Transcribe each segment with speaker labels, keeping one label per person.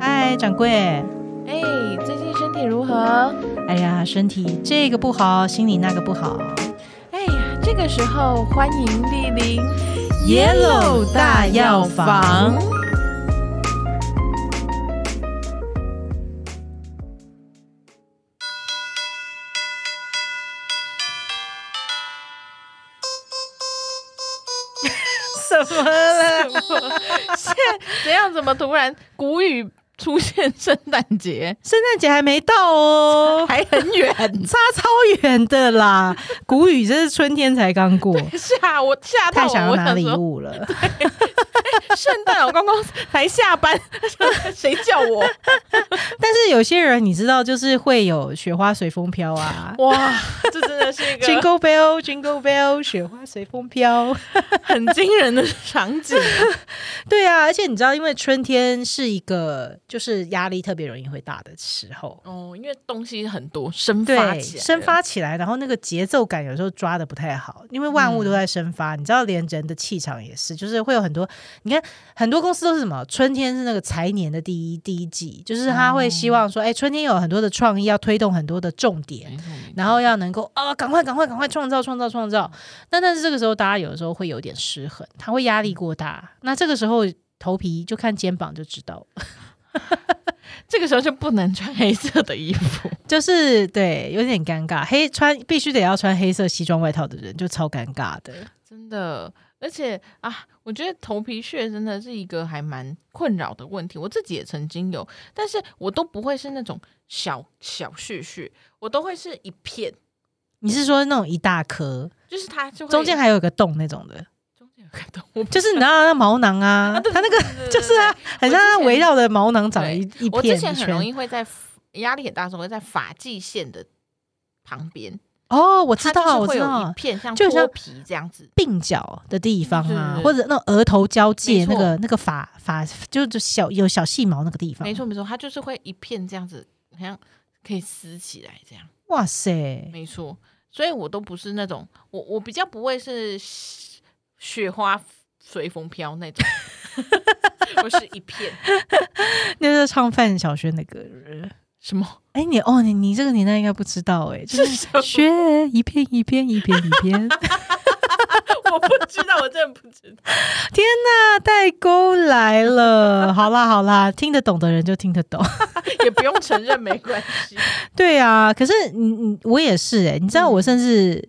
Speaker 1: 嗨，掌柜。
Speaker 2: 哎，最近身体如何？
Speaker 1: 哎呀，身体这个不好，心里那个不好。
Speaker 2: 哎呀，这个时候欢迎莅临
Speaker 1: Yellow 大药 房。什么了？
Speaker 2: 现在怎样？怎么突然谷雨出现圣诞节？
Speaker 1: 圣诞节还没到哦，
Speaker 2: 还很远，
Speaker 1: 差超远的啦。谷雨这是春天才刚 过，
Speaker 2: 吓我吓到
Speaker 1: 太想
Speaker 2: 我！
Speaker 1: 要
Speaker 2: 我
Speaker 1: 拿
Speaker 2: 想
Speaker 1: 礼
Speaker 2: 说，
Speaker 1: 物了。
Speaker 2: 圣诞我刚刚才下班， 谁叫我？
Speaker 1: 但是有些人你知道，就是会有雪花随风飘啊。
Speaker 2: 哇，这真的是一个
Speaker 1: Jingle bell, jingle bell，雪花随风飘。
Speaker 2: 很惊人的场景。
Speaker 1: 对啊，而且你知道，因为春天是一个就是压力特别容易会大的时候，
Speaker 2: 哦，因为东西很多，生发
Speaker 1: 对，
Speaker 2: 起来了
Speaker 1: 生发起来，然后那个节奏感有时候抓的不太好，因为万物
Speaker 2: 嗯
Speaker 1: 都在生发，你知道，连人的气场也是，就是会有很多，你看很多公司都是什么，春天是那个财年的第一第一季，就是他会
Speaker 2: 哦
Speaker 1: 希望说，哎、春天有很多的创意，要推动很多的重点。
Speaker 2: 没错没错
Speaker 1: 然后要能够啊，赶快赶快赶快创造创造创造。那但是这个时候，大家有的时候会有点失衡，他会
Speaker 2: 嗯
Speaker 1: 压力过大。那这个时候头皮就看肩膀就知道，
Speaker 2: 这个时候就不能穿黑色的衣服。
Speaker 1: 就是对，有点尴尬。黑穿必须得要穿黑色西装外套的人就超尴尬的。
Speaker 2: 真的，而且啊，我觉得头皮屑真的是一个还蛮困扰的问题。我自己也曾经有，但是我都不会是那种小小屑屑，我都会是一片，
Speaker 1: 你是说那种一大颗，
Speaker 2: 就是它就会
Speaker 1: 中间还有一个洞那种 的？
Speaker 2: 中间有个洞， 我
Speaker 1: 就是你知道那毛囊啊，它那个
Speaker 2: 个
Speaker 1: 就是啊，很像它围绕着毛囊长了一一
Speaker 2: 我之
Speaker 1: 片
Speaker 2: 前
Speaker 1: 一
Speaker 2: 很容易
Speaker 1: 圈。
Speaker 2: 会在压力很大的时候会在发际线的旁边，
Speaker 1: 哦，我
Speaker 2: 我
Speaker 1: 知道，我知
Speaker 2: 一
Speaker 1: 道，
Speaker 2: 片像
Speaker 1: 就像
Speaker 2: 脱皮这样子，
Speaker 1: 鬓角的地方啊，
Speaker 2: 是
Speaker 1: 或者那种额头交界那
Speaker 2: 没错
Speaker 1: 个那个发发，就是小有小细毛那个地方。
Speaker 2: 没，错没错，它就是会一片这样子，好像可以撕起来这样。
Speaker 1: 哇塞，
Speaker 2: 没错，所以我都不是那种，我我比较不会是雪雪花随风飘那种，我是 一片
Speaker 1: 那是唱范晓萱的歌。
Speaker 2: 什么
Speaker 1: 哎，你哦，你你这个年代应该不知道哎，就是
Speaker 2: 什么？
Speaker 1: 雪一片一片一片一 片，
Speaker 2: 我不知道，我真的不知道。
Speaker 1: 天哪，代沟来 了！好啦好啦，听得懂的人就听得懂。
Speaker 2: 也不用承认，没关系。
Speaker 1: 对啊，可是你你我也是哎、你知道
Speaker 2: 嗯
Speaker 1: 我甚至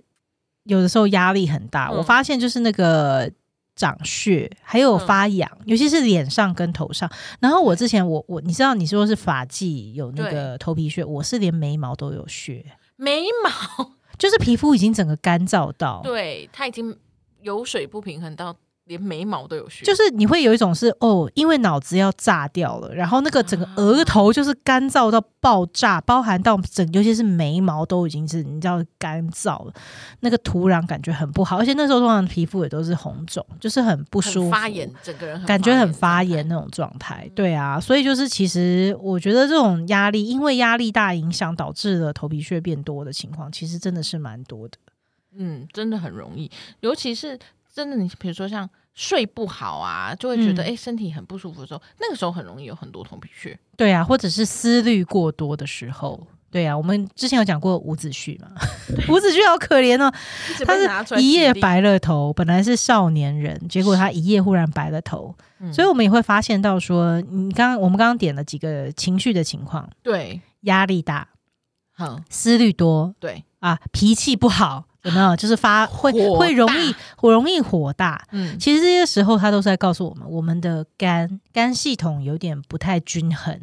Speaker 1: 有的时候压力很大，
Speaker 2: 嗯
Speaker 1: 我发现就是那个长屑还有
Speaker 2: 嗯
Speaker 1: 发痒，尤其是脸上跟头上。然后我之前我我你知道你说是发际有那个头皮屑，我是连眉毛都有屑，
Speaker 2: 眉毛，
Speaker 1: 就是皮肤已经整个干燥到，
Speaker 2: 对，它已经油水不平衡到连眉毛都有血，
Speaker 1: 就是你会有一种是哦，因为脑子要炸掉了，然后那个整个额头就是干燥到爆炸，包含到整，尤其是眉毛都已经是你知道干燥了，那个土壤感觉很不好，而且那时候通常皮肤也都是红肿，就是很不舒
Speaker 2: 很
Speaker 1: 服，
Speaker 2: 发炎，整个人
Speaker 1: 感觉很发炎
Speaker 2: 的
Speaker 1: 那种状态。对啊，所以就是其实我觉得这种压力，因为压力大影响导致了头皮屑变多的情况，其实真的是蛮多的。
Speaker 2: 状态。嗯，真的很容易，尤其是真的，你比如说像。睡不好啊，就会觉得
Speaker 1: 嗯
Speaker 2: 哎、诶身体很不舒服的时候，那个时候很容易有很多头皮屑。
Speaker 1: 对啊，或者是思虑过多的时候。对啊，我们之前有讲过伍子胥嘛，伍子胥好可怜哦，他是一夜，白了头，本来是少年人，结果他一夜忽然白了头，
Speaker 2: 嗯
Speaker 1: 所以我们也会发现到说，你刚刚我们刚刚点了几个情绪的情况：
Speaker 2: 对，
Speaker 1: 压力大、
Speaker 2: 好，
Speaker 1: 思虑多
Speaker 2: 对，
Speaker 1: 啊，脾气不好，有没有？就是发会
Speaker 2: 火大
Speaker 1: 会容易容易火大。
Speaker 2: 嗯，
Speaker 1: 其实这些时候，他都是在告诉我们，我们的肝肝系统有点不太均衡。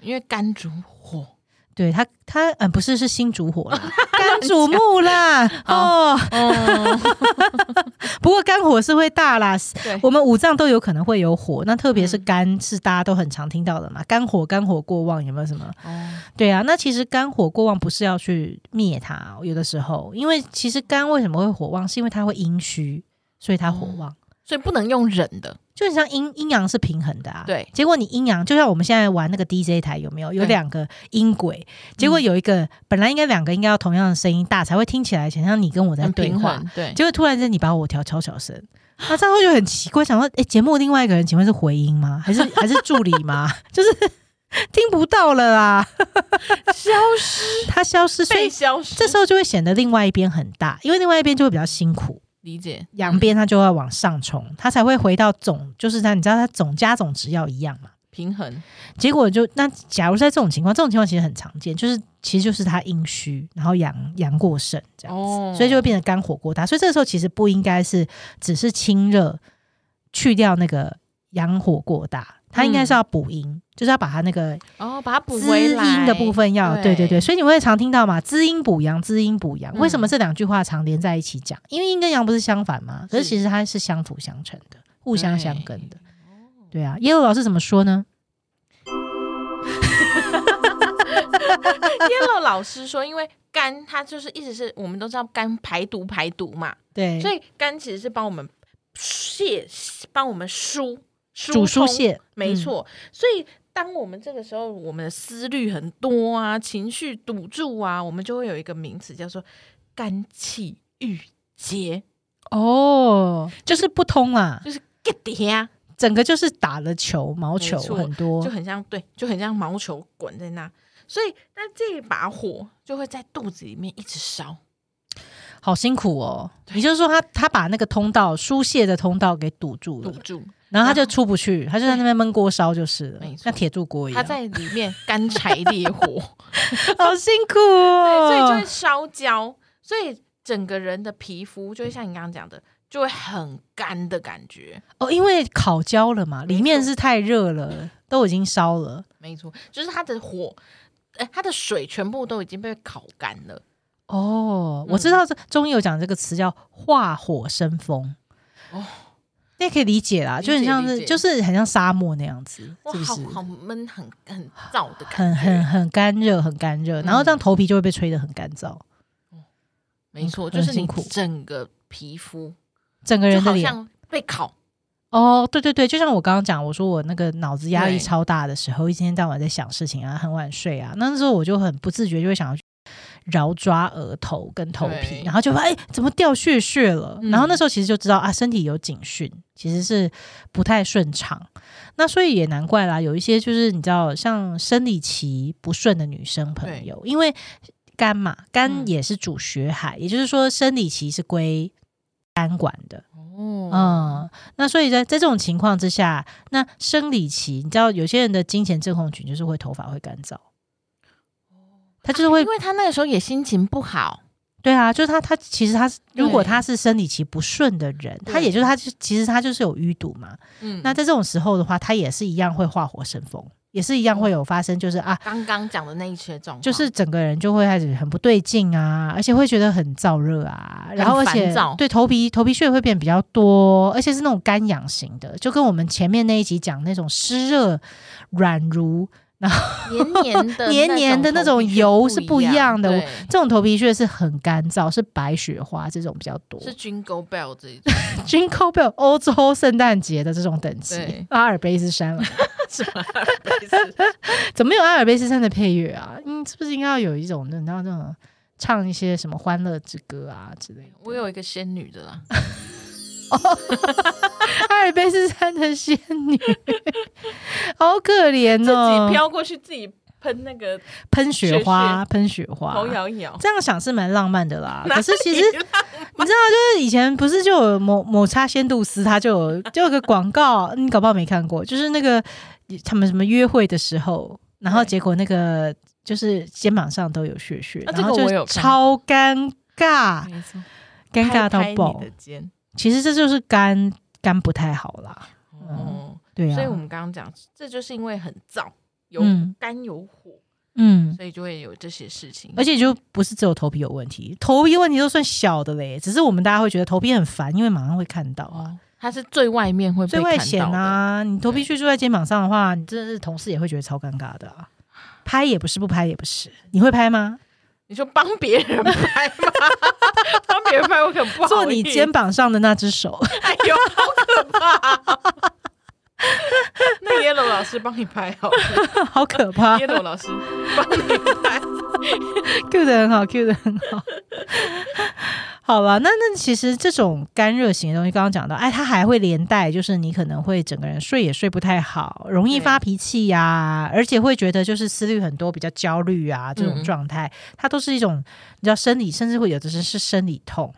Speaker 2: 因为肝主火，
Speaker 1: 对他，他嗯，不是是新主火啦，肝主木啦，哦，
Speaker 2: 嗯，
Speaker 1: 不过肝火是会大啦，
Speaker 2: 对，
Speaker 1: 我们五脏都有可能会有火，那特别是肝是大家都很常听到的嘛，肝火肝火过旺有没有什么？
Speaker 2: 哦，
Speaker 1: 对啊，那其实肝火过旺不是要去灭它，哦有的时候，因为其实肝为什么会火旺，是因为它会阴虚，所以它火旺。
Speaker 2: 所以不能用忍的，
Speaker 1: 就很像阴阴阳是平衡的啊，
Speaker 2: 对
Speaker 1: 结果你阴阳，就像我们现在玩那个 DJ 台有没有？有
Speaker 2: 对
Speaker 1: 两个音轨，结果有一个、本来应该两个应该要同样的声音大，才会听起来很像你跟我在
Speaker 2: 很
Speaker 1: 对
Speaker 2: 平
Speaker 1: 话
Speaker 2: 缓，，对，
Speaker 1: 结果突然间你把我调超小声，那这样会 就很奇怪，想说，哎、节目另外一个人请问是回音吗？还是还是助理吗？就是听不到了啦，
Speaker 2: 消失，
Speaker 1: 它消失，所
Speaker 2: 被
Speaker 1: 以
Speaker 2: 消失，
Speaker 1: 这时候就会显得另外一边很大，因为另外一边就会比较辛苦。
Speaker 2: 理解嗯
Speaker 1: 两边它就会往上冲，它才会回到总，就是它，你知道它总加总值要一样嘛？
Speaker 2: 平衡，
Speaker 1: 结果就那，假如在这种情况，这种情况其实很常见，就是其实就是它阴虚，然后阳阳过盛这样子，
Speaker 2: 哦
Speaker 1: 所以就会变成肝火过大。所以这个时候其实不应该是只是清热，去掉那个阳火过大，它应该是要补阴，
Speaker 2: 嗯
Speaker 1: 就是要把它那个
Speaker 2: 哦，把它补
Speaker 1: 滋
Speaker 2: 回来
Speaker 1: 阴的部分要对对对，所以你会常听到嘛，滋阴补阳，滋阴补阳。为什么
Speaker 2: 嗯
Speaker 1: 这两句话常连在一起讲？因为阴跟阳不是相反吗？可是
Speaker 2: 是
Speaker 1: 其实它是相辅相成的，互相相根的。
Speaker 2: 哦
Speaker 1: 对啊，耶鲁老师怎么说呢？
Speaker 2: Yellow 老师说，因为肝它就是一直是我们都知道肝排毒排毒嘛，
Speaker 1: 对，
Speaker 2: 所以肝其实是帮我们泄，帮我们疏疏
Speaker 1: 主
Speaker 2: 通
Speaker 1: 疏，泄，
Speaker 2: 没
Speaker 1: 嗯
Speaker 2: 错。所以当我们这个时候我们的思虑很多啊，情绪堵住啊，我们就会有一个名词叫做肝气郁结，
Speaker 1: 哦，就是不通啦，
Speaker 2: 就是 get 的呀，
Speaker 1: 整个就是打了球，毛球
Speaker 2: 没错
Speaker 1: 很多
Speaker 2: 就，很像对，就很像毛球滚在那。所以，那这把火就会在肚子里面一直烧，
Speaker 1: 好辛苦哦。也就是说他，他把那个通道疏泄的通道给堵住
Speaker 2: 堵
Speaker 1: 了，
Speaker 2: 住，
Speaker 1: 然后他就
Speaker 2: 然后
Speaker 1: 出不去，他就在那边闷锅烧就是了
Speaker 2: 没错，
Speaker 1: 像铁柱锅一
Speaker 2: 它
Speaker 1: 样，
Speaker 2: 在里面干柴烈火。
Speaker 1: 好辛苦
Speaker 2: 对，
Speaker 1: 哦，
Speaker 2: 所以就会烧焦，所以整个人的皮肤就会像你刚刚讲的，就会很干的感觉。
Speaker 1: 哦，因为烤焦了嘛，
Speaker 2: 没
Speaker 1: 里面
Speaker 2: 错
Speaker 1: 是太热了，都已经烧了。
Speaker 2: 没错，就是它的火，哎、它的水全部都已经被烤干了。
Speaker 1: 哦，我知
Speaker 2: 嗯
Speaker 1: 道这中医有讲这个词叫化火生风。
Speaker 2: 哦
Speaker 1: 哦，那可以理解啦，
Speaker 2: 理
Speaker 1: 就很
Speaker 2: 解
Speaker 1: 像
Speaker 2: 理
Speaker 1: 是
Speaker 2: 解
Speaker 1: 就是很像沙漠那样子，
Speaker 2: 哇，
Speaker 1: 是不
Speaker 2: 好
Speaker 1: 是？
Speaker 2: 好闷，很很燥的
Speaker 1: 很
Speaker 2: 感觉。
Speaker 1: 很很干热，很干热，然后这样
Speaker 2: 嗯
Speaker 1: 头皮就会被吹得很干燥，
Speaker 2: 没错，
Speaker 1: 很
Speaker 2: 就是你
Speaker 1: 辛苦
Speaker 2: 整个皮肤
Speaker 1: 整个
Speaker 2: 就
Speaker 1: 人的
Speaker 2: 好
Speaker 1: 脸。
Speaker 2: 像被烤。
Speaker 1: 哦，对对对，就像我刚刚讲，我说我那个脑子压力
Speaker 2: 对
Speaker 1: 超大的时候，一天到晚在想事情啊，很晚睡啊，那时候我就很不自觉就会想要去挠抓额头跟头
Speaker 2: 对
Speaker 1: 皮，然后就发哎怎么掉血血了，
Speaker 2: 嗯
Speaker 1: 然后那时候其实就知道啊身体有警讯，其实是不太顺畅，那所以也难怪啦，有一些就是你知道像生理期不顺的女生
Speaker 2: 对
Speaker 1: 朋友，因为肝嘛，肝
Speaker 2: 嗯
Speaker 1: 也是主血海，也就是说生理期是归肝管的。
Speaker 2: 哦，
Speaker 1: 嗯，那所以在在这种情况之下，那生理期，你知道有些人的金钱症候群就是会头发会干燥，他就是会
Speaker 2: 因哦为他那个时候也心情不好，
Speaker 1: 对啊，就是他他其实他是如果
Speaker 2: 对
Speaker 1: 他是生理期不顺的人，他也
Speaker 2: 对
Speaker 1: 就是他就其实他就是有淤堵嘛。
Speaker 2: 嗯，
Speaker 1: 那在这种时候的话，他也是一样会化火生风，也是一样会有发生，就是啊，
Speaker 2: 刚刚讲的那一些状况，
Speaker 1: 就是整个人就会开始很不对劲啊，而且会觉得很燥热啊，然后而且
Speaker 2: 烦躁
Speaker 1: 对头皮头皮屑会变比较多，而且是那种干痒型的，就跟我们前面那一集讲那种湿热软濡
Speaker 2: 黏黏的、
Speaker 1: 黏黏的那种油是不一样的
Speaker 2: 对
Speaker 1: 这种头皮屑是很干燥，是白雪花这种比较多，
Speaker 2: 是
Speaker 1: 是
Speaker 2: Jingle Bell 这一种。
Speaker 1: Jingle Bell 欧洲圣诞节的这种等级
Speaker 2: 对，
Speaker 1: 阿尔卑斯山了，
Speaker 2: 什么阿尔卑斯？
Speaker 1: 怎么没有阿尔卑斯山的配乐啊？嗯，是不是应该要有一种那那种唱一些什么欢乐之歌啊之类的？
Speaker 2: 我有一个仙女的 啦，
Speaker 1: 阿尔卑斯山的仙女，好可怜
Speaker 2: 自己
Speaker 1: 哦！
Speaker 2: 飘过去，自己喷那个
Speaker 1: 喷雪花，喷雪花
Speaker 2: 头，摇一摇。
Speaker 1: 这样想是蛮浪漫的啦。 可是其实
Speaker 2: 哪
Speaker 1: 就
Speaker 2: 里
Speaker 1: 是以前不是就有某某差仙度斯，他就有就有个广告，你搞不好没看过，就是那个他们什么约会的时候，然后
Speaker 2: 对
Speaker 1: 结果那个就是肩膀上都有血血，
Speaker 2: 啊
Speaker 1: 然后
Speaker 2: 这个我
Speaker 1: 就
Speaker 2: 有看
Speaker 1: 超尴尬，
Speaker 2: 没错，
Speaker 1: 尴尬到
Speaker 2: 拍拍
Speaker 1: 爆
Speaker 2: 你的。肩。
Speaker 1: 其实这就是肝肝不太好啦，
Speaker 2: 哦，
Speaker 1: 对啊，
Speaker 2: 所以我们刚刚讲，这就是因为很燥，有
Speaker 1: 嗯
Speaker 2: 肝有火，
Speaker 1: 嗯。
Speaker 2: 所以就会有这些事情。
Speaker 1: 而且就不是只有头皮有问题，头皮问题都算小的嘞，只是我们大家会觉得头皮很烦，因为马上会看到啊，
Speaker 2: 哦，它是最外面会被
Speaker 1: 最外
Speaker 2: 看
Speaker 1: 显
Speaker 2: 到的。
Speaker 1: 啊，你头皮屑就在肩膀上的话，你真的是同事也会觉得超尴尬的啊。拍也不是，不拍也不是，你会拍吗？
Speaker 2: 你说帮别人拍吗？ 帮别人拍我可 不好
Speaker 1: 做你
Speaker 2: 意思
Speaker 1: 肩膀上的那只手，
Speaker 2: 哎呦，好可怕！那 Yellow 老师帮你拍好了
Speaker 1: 好可怕
Speaker 2: ，Yellow 老师帮你拍。
Speaker 1: ，Q 的很好，Q 的很好。好了，那那其实这种干热型的东西，刚刚讲到，哎，它还会连带就是你可能会整个人睡也睡不太好，容易
Speaker 2: 对
Speaker 1: 发脾气呀、而且会觉得就是思虑很多，比较焦虑啊这
Speaker 2: 嗯
Speaker 1: 种
Speaker 2: 嗯
Speaker 1: 状态，它都是一种你知道生理，甚至会有的是是生理痛。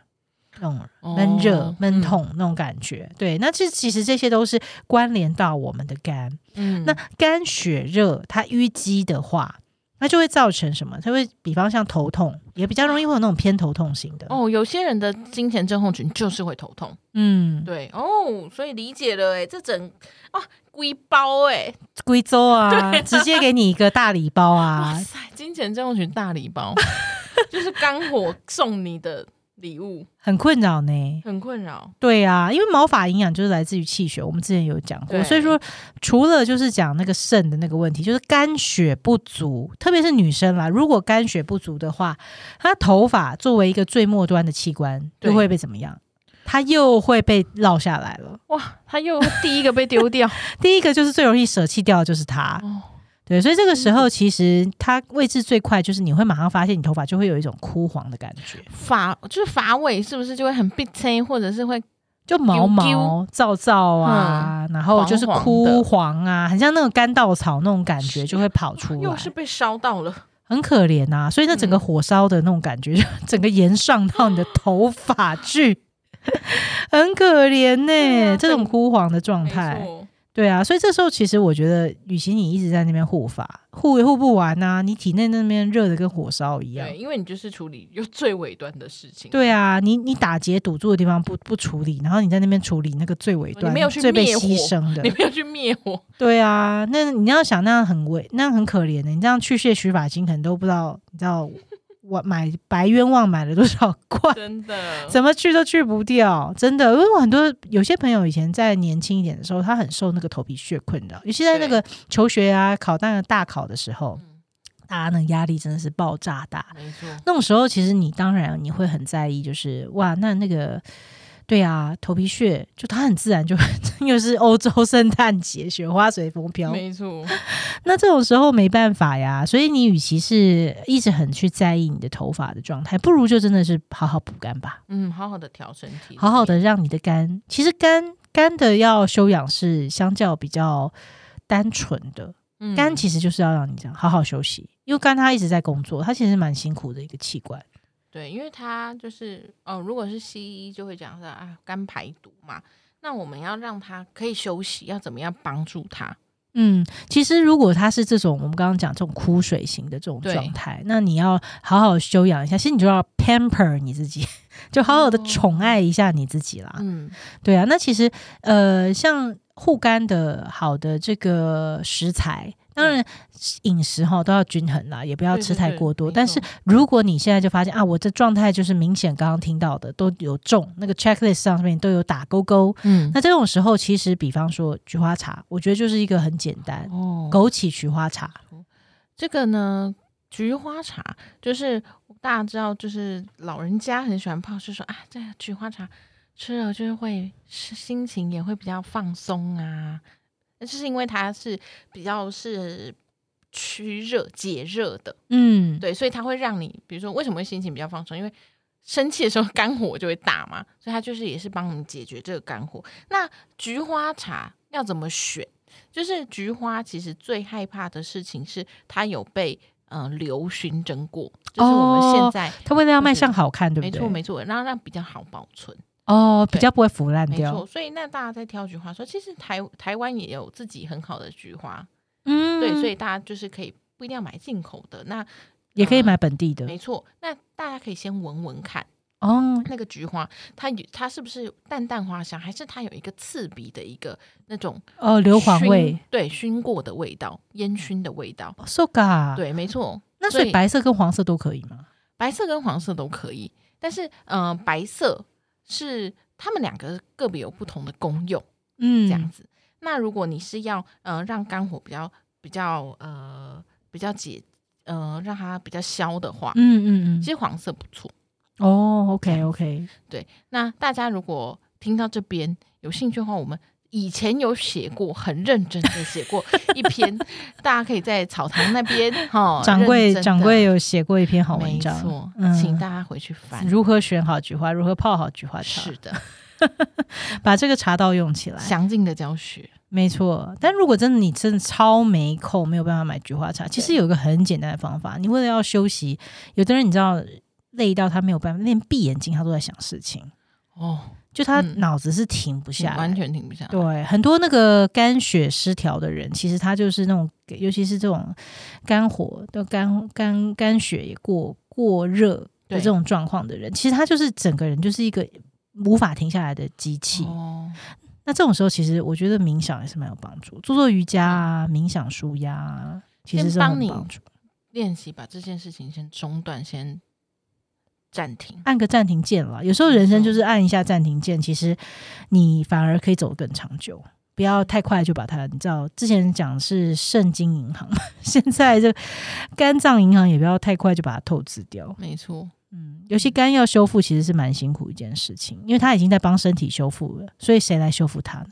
Speaker 1: 那种闷热、
Speaker 2: 哦
Speaker 1: 闷，痛那种感觉，对，那这其实这些都是关联到我们的肝。
Speaker 2: 嗯，
Speaker 1: 那肝血热它淤积的话，那就会造成什么？它会比方像头痛，也比较容易会有那种偏头痛型的。
Speaker 2: 哦，有些人的金钱症候群就是会头痛，
Speaker 1: 嗯，
Speaker 2: 对哦，所以理解了哎，这整啊龟包哎，
Speaker 1: 贵州啊， 直接给你一个大礼包
Speaker 2: 哇
Speaker 1: 啊。
Speaker 2: 塞，金钱症候群大礼包， 就是干火送你的礼物，
Speaker 1: 很困扰呢，
Speaker 2: 很困扰。
Speaker 1: 对啊，因为毛发营养就是来自于气血，我们之前有讲过，
Speaker 2: 对
Speaker 1: 所以说除了就是讲那个肾的那个问题，就是肝血不足，特别是女生啦，如果肝血不足的话，她头发作为一个最末端的器官，
Speaker 2: 对
Speaker 1: 就会被怎么样？它又会被落下来了。
Speaker 2: 哇，他又第一个被丢掉
Speaker 1: 第一个就是最容易舍弃掉的就是它，
Speaker 2: 哦，嗯
Speaker 1: 对，所以这个时候其实它位置最快，就是你会马上发现你头发就会有一种枯黄的感觉，
Speaker 2: 发就是发尾是不是就会很 big 或者是会
Speaker 1: 就毛
Speaker 2: 丢嗯
Speaker 1: 毛躁躁啊，然后就是枯黄啊，很像那种干稻草那种感觉
Speaker 2: 是
Speaker 1: 就会跑出来
Speaker 2: 又，是被嗯烧到了？
Speaker 1: 很可怜啊。所以那整个火烧的那种感觉，就整个延上到你的头发 去，很可怜呢、
Speaker 2: 对啊
Speaker 1: 这种枯黄的状
Speaker 2: 没
Speaker 1: 态。
Speaker 2: 错，
Speaker 1: 对啊，所以这时候其实我觉得，与其你一直在那边护法，护也护不完呐、你体内那边热的跟火烧一样
Speaker 2: 对，。因为你就是处理又最尾端的事情，
Speaker 1: 对啊，你你打结堵住的地方不不处理，然后你在那边处理那个最尾端
Speaker 2: 你没有去
Speaker 1: 最被
Speaker 2: 灭
Speaker 1: 牺
Speaker 2: 火
Speaker 1: 牲
Speaker 2: 你
Speaker 1: 的，
Speaker 2: 没有去灭火，
Speaker 1: 对啊，那你要想那样很危，那样很可怜的，你这样去谢许法金可能都不知道，你知道我买白冤枉买了多少 罐，
Speaker 2: 真的。
Speaker 1: 怎么去都去不掉，真的。因为我很多有些朋友以前在年轻一点的时候，他很受那个头皮屑困扰，尤其在那个求学啊、考那个大考的时候，
Speaker 2: 嗯
Speaker 1: 大家那个压力真的是爆炸大。
Speaker 2: 没错，
Speaker 1: 那种时候，其实你当然你会很在意，就是哇，那那个。对啊，头皮屑就它很自然就， 又是欧洲圣诞节，雪花随风飘。
Speaker 2: 没错，
Speaker 1: 那这种时候没办法呀，所以你与其是一直很去在意你的头发的状态，不如就真的是好好补肝吧。
Speaker 2: 嗯，好好的调身体，
Speaker 1: 好好的让你的肝，其实肝肝的要修养是相较比较单纯的，
Speaker 2: 嗯，
Speaker 1: 肝其实就是要让你这样好好休息，因为肝它一直在工作，它其实蛮辛苦的一个器官。
Speaker 2: 对，因为它就是哦，如果是西医就会讲说啊，肝排毒嘛，那我们要让它可以休息，要怎么样帮助它？
Speaker 1: 嗯，其实如果它是这种我们刚刚讲这种枯水型的这种
Speaker 2: 对
Speaker 1: 状态，那你要好好修养一下，其实你就要 pamper 你自己， 就好好的
Speaker 2: 哦
Speaker 1: 宠爱一下你自己啦。
Speaker 2: 嗯，
Speaker 1: 对啊，那其实呃，像护肝的好的这个食材，当然饮食哈都要均衡啦，也不要
Speaker 2: 对
Speaker 1: 吃
Speaker 2: 对
Speaker 1: 太
Speaker 2: 对
Speaker 1: 过多。
Speaker 2: 没
Speaker 1: 但
Speaker 2: 错
Speaker 1: 是如果你现在就发现啊，我这状态就是明显刚刚听到的都有中，那个 checklist 上面都有打勾勾。
Speaker 2: 嗯，
Speaker 1: 那这种时候，其实比方说菊花茶，我觉得就是一个很简单，
Speaker 2: 哦，
Speaker 1: 枸杞菊花茶。
Speaker 2: 这个呢，菊花茶就是大家知道，就是老人家很喜欢泡，就说啊，这个菊花茶吃了就是会是心情也会比较放松啊。那就是因为它是比较是驱热解热的，
Speaker 1: 嗯，
Speaker 2: 对，所以它会让你，比如说为什么会心情比较放松？因为生气的时候 肝火就会大嘛，所以它就是也是帮你解决这个肝火。那菊花茶要怎么选？就是菊花其实最害怕的事情是它有被嗯、呃硫熏蒸过，就是我们现在、
Speaker 1: 它为了要卖
Speaker 2: 我觉得
Speaker 1: 相好哦看，对不
Speaker 2: 没
Speaker 1: 对？
Speaker 2: 错没错，然后让比较好保存。
Speaker 1: 哦，比
Speaker 2: 对
Speaker 1: 较不会腐烂
Speaker 2: 没错，
Speaker 1: 掉。
Speaker 2: 所以那大家在挑菊花的时候，其实台台湾也有自己很好的菊花，
Speaker 1: 嗯
Speaker 2: 对，所以大家就是可以不一定要买进口的，那
Speaker 1: 也可以
Speaker 2: 呃
Speaker 1: 买本地的
Speaker 2: 没错，那大家可以先闻闻看。
Speaker 1: 哦。
Speaker 2: 那个菊花，它有它是不是淡淡花香，还是它有一个刺鼻的一个那种
Speaker 1: 哦，硫磺
Speaker 2: 熏
Speaker 1: 味，？哦
Speaker 2: 对，熏过的味道，烟熏的味道。
Speaker 1: so ga。
Speaker 2: 对，没错，
Speaker 1: 那所
Speaker 2: 所
Speaker 1: 以
Speaker 2: 以
Speaker 1: 白色跟黄色都可以吗？
Speaker 2: 白色跟黄色都可以，但是嗯、呃白色是它们两个个别有不同的功用，这
Speaker 1: 嗯
Speaker 2: 样子。那如果你是要嗯、呃让肝火比较比较呃比较解呃让它比较消的话，
Speaker 1: 嗯嗯
Speaker 2: 其
Speaker 1: 嗯，
Speaker 2: 实黄色不错。
Speaker 1: 哦，OK OK，
Speaker 2: 对，那大家如果听到这边有兴趣的话，我们以前有写过，很认真的写过一篇，大家可以在草堂那边哈，
Speaker 1: 掌柜
Speaker 2: 哦认真地
Speaker 1: 掌柜有写过一篇好文
Speaker 2: 没
Speaker 1: 章，
Speaker 2: 错，
Speaker 1: 嗯
Speaker 2: 请大家回去翻。
Speaker 1: 如何选好菊花，如何泡好菊花茶，
Speaker 2: 是的，
Speaker 1: 把这个茶道用起来。
Speaker 2: 详尽的教学，
Speaker 1: 没错，但如果真的你真的超没空，没有办法买菊花茶，其实有一个很简单的方法，你为了要休息，有的人你知道累到他没有办法，连闭眼睛他都在想事情，
Speaker 2: 哦，
Speaker 1: 就他
Speaker 2: 嗯
Speaker 1: 脑子是停不下来。
Speaker 2: 完全停不下来。
Speaker 1: 对，很多那个肝血失调的人，其实他就是那种，尤其是这种肝火都肝肝肝血也过过热的
Speaker 2: 对
Speaker 1: 这种状况的人，其实他就是整个人就是一个无法停下来的机器。
Speaker 2: 哦，
Speaker 1: 那这种时候，其实我觉得冥想也是蛮有帮助，做做瑜伽啊，冥想舒压啊，其实是
Speaker 2: 先帮
Speaker 1: 很
Speaker 2: 你
Speaker 1: 帮助。
Speaker 2: 练习把这件事情先中断，先暂停。
Speaker 1: 按个暂停键啦，有时候人生
Speaker 2: 嗯
Speaker 1: 就是按一下暂停键，其实你反而可以走得更长久。不要太快就把它，你知道之前讲是圣经银行， 现在这肝脏银行也不要太快就把它透支掉。
Speaker 2: 没错，
Speaker 1: 嗯，尤其肝要修复其实是蛮辛苦一件事情，因为它已经在帮身体修复了，所以谁来修复它呢？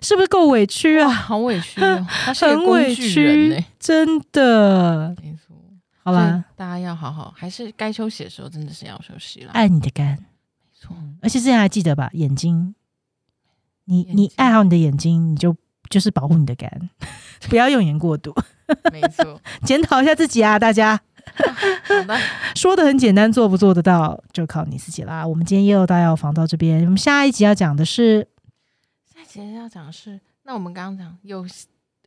Speaker 1: 是不是够委屈啊？
Speaker 2: 好委屈哦，他是个
Speaker 1: 很委
Speaker 2: 工具人呢
Speaker 1: 屈。，真的。
Speaker 2: 没错，
Speaker 1: 好
Speaker 2: 所
Speaker 1: 啦
Speaker 2: 以，大家要好好，还是该休息的时候真的是要休息啦。
Speaker 1: 爱你的肝，
Speaker 2: 没错，
Speaker 1: 而且之前还记得吧，眼睛，你
Speaker 2: 眼
Speaker 1: 你
Speaker 2: 睛
Speaker 1: 爱好你的眼睛，你就就是保护你的肝， 不要用眼过度，
Speaker 2: 没错。
Speaker 1: 检讨一下自己啊，大家
Speaker 2: 好的，
Speaker 1: 说的很简单，做不做得到就靠你自己啦。我们今天夜游大药房到这边，我们下一集要讲的是
Speaker 2: 下一节要讲的是，那我们刚刚讲有，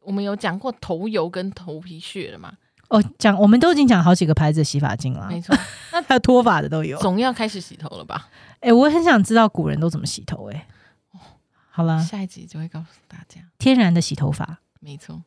Speaker 2: 我们有讲过头油跟头皮屑了嘛？
Speaker 1: 哦，讲我们都已经讲好几个牌子的洗发精啦，
Speaker 2: 没错，
Speaker 1: 还有脱发的都有。
Speaker 2: 总要开始洗头了吧？
Speaker 1: 哎、我很想知道古人都怎么
Speaker 2: 哦
Speaker 1: 洗头哎、好啦，
Speaker 2: 下一集就会告诉大家。
Speaker 1: 天然的洗头法。
Speaker 2: 没错，